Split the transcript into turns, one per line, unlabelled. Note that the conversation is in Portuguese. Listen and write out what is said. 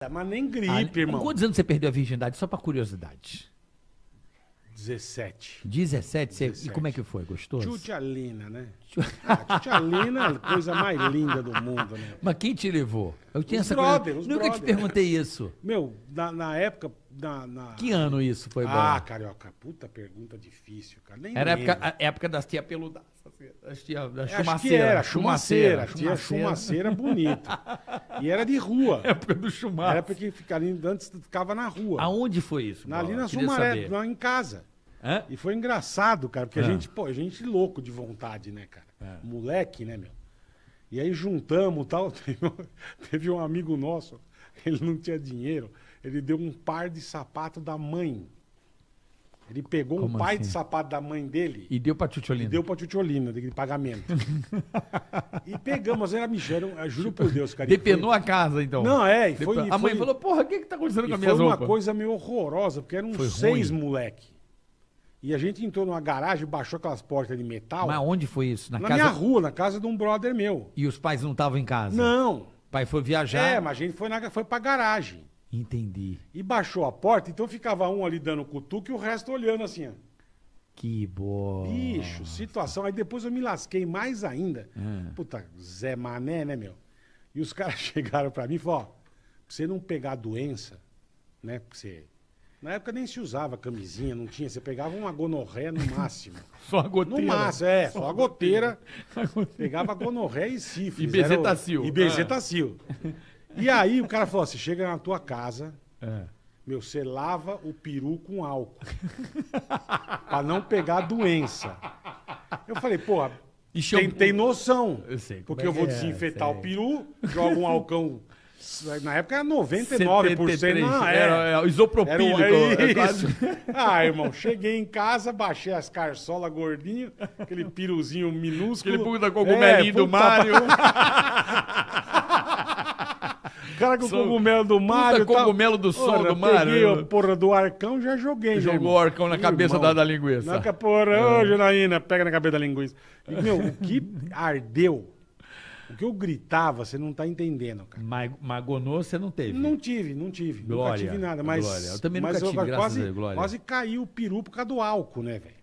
Tá, Mas nem gripe,
Ah,
irmão.
Quantos anos você perdeu a virgindade? Só pra curiosidade.
17.
17, você- e
17.
como é que foi? Gostoso?
Tchutchalina, né? Ah, Tchutchalina é a coisa mais linda do mundo, né?
Mas quem te levou? Eu tinha
Os
essa
brother, os
curiosidade. Nunca te
brother.
perguntei isso.
Meu, na, na época. Na, na...
Que ano isso foi bom?
Ah, carioca, puta pergunta difícil, cara. Nem
Era a
lembro.
época, a época das tia peludas. Das tia, da
Acho que era,
chumaceira.
chumaceira. Tinha
chumaceira.
chumaceira bonita. E era de rua.
Época do chumaço.
Era porque ficaria, antes ficava na rua.
Aonde foi isso?
Na-
Bola?
ali na
Queria
Sumaré,
saber.
lá em casa.
Hã?
E foi engraçado, cara, porque
Ah.
a gente, pô, a gente louco de vontade, né, cara?
É.
Moleque, né, meu? E aí juntamos e tal. Teve um- Teve um amigo nosso, ele não tinha dinheiro, ele deu um par de sapato da mãe. Ele pegou
Como
um par de
assim?
sapato da mãe dele
E deu pra Tchutcholina.
e deu pra Tutiolina de pagamento. e pegamos, era Michel, eu juro por Deus, cara. e
Depenou a casa, então.
Não, é, e foi-
Depen-
e
a mãe
foi-
falou, porra, o que que tá acontecendo com
E
a
foi
minha
uma
roupa?
coisa meio horrorosa, porque eram
Foi
seis
ruim?
moleque. E a gente entrou numa garagem, baixou aquelas portas de metal.
Mas
Na,
onde foi isso? Na,
minha
casa?
rua, na casa de um brother meu.
E os pais não estavam em casa?
Não.
O pai foi viajar?
É, mas a gente foi, na, foi pra garagem.
Entendi.
E baixou a porta, então ficava um ali dando cutuque e o resto olhando assim, ó.
Que boa.
Bicho, situação. Aí depois eu me lasquei mais ainda.
Ah.
Puta, Zé Mané, né, meu? E os caras chegaram pra mim e falaram, ó, pra você não pegar doença, né? Porque você... Na época nem se usava camisinha, não tinha. Você pegava uma gonorreia no máximo.
Só a
No
goteira.
máximo, é. Só a goteira.
Só a goteira. Ah.
Pegava gonorreia e sífilis.
E
era o-
bezetacil.
E bezetacil. E aí o cara falou, ó, você chega na tua casa,
É.
meu, você lava o peru com álcool. pra não pegar a doença. Eu falei, porra,
E
tem,
shampoo?
tem noção.
um Eu sei, como
porque
é
eu vou
que é,
desinfetar
sei.
o peru, jogo um álcool. Na época era 99%. Não,
era,
era,
era
era
é. isopropílico.
o- é
é
isso.
quase-
Ah, irmão, cheguei em casa, baixei as carçolas gordinho, aquele piruzinho minúsculo. É,
Aquele É, puta cogumelinho do
puta
Mario.
Cara com o
Sou-
cogumelo do Mário. e tal.
cogumelo do sol do Mário.
Peguei a porra do arcão já joguei. né,
Jogou
irmão?
o arcão na cabeça da- da linguiça. É.
Na porra, ô, Janaína, pega na cabeça da linguiça. E, meu, o que ardeu, o que eu gritava, você não tá entendendo, cara.
Mas, mas gonô você não teve.
Não tive, não tive. nunca
Glória,
tive nada, mas.
glória. Eu também
mas
nunca tive, graças a
quase,
Deus, glória.
quase caiu o peru por causa do álcool, né, velho?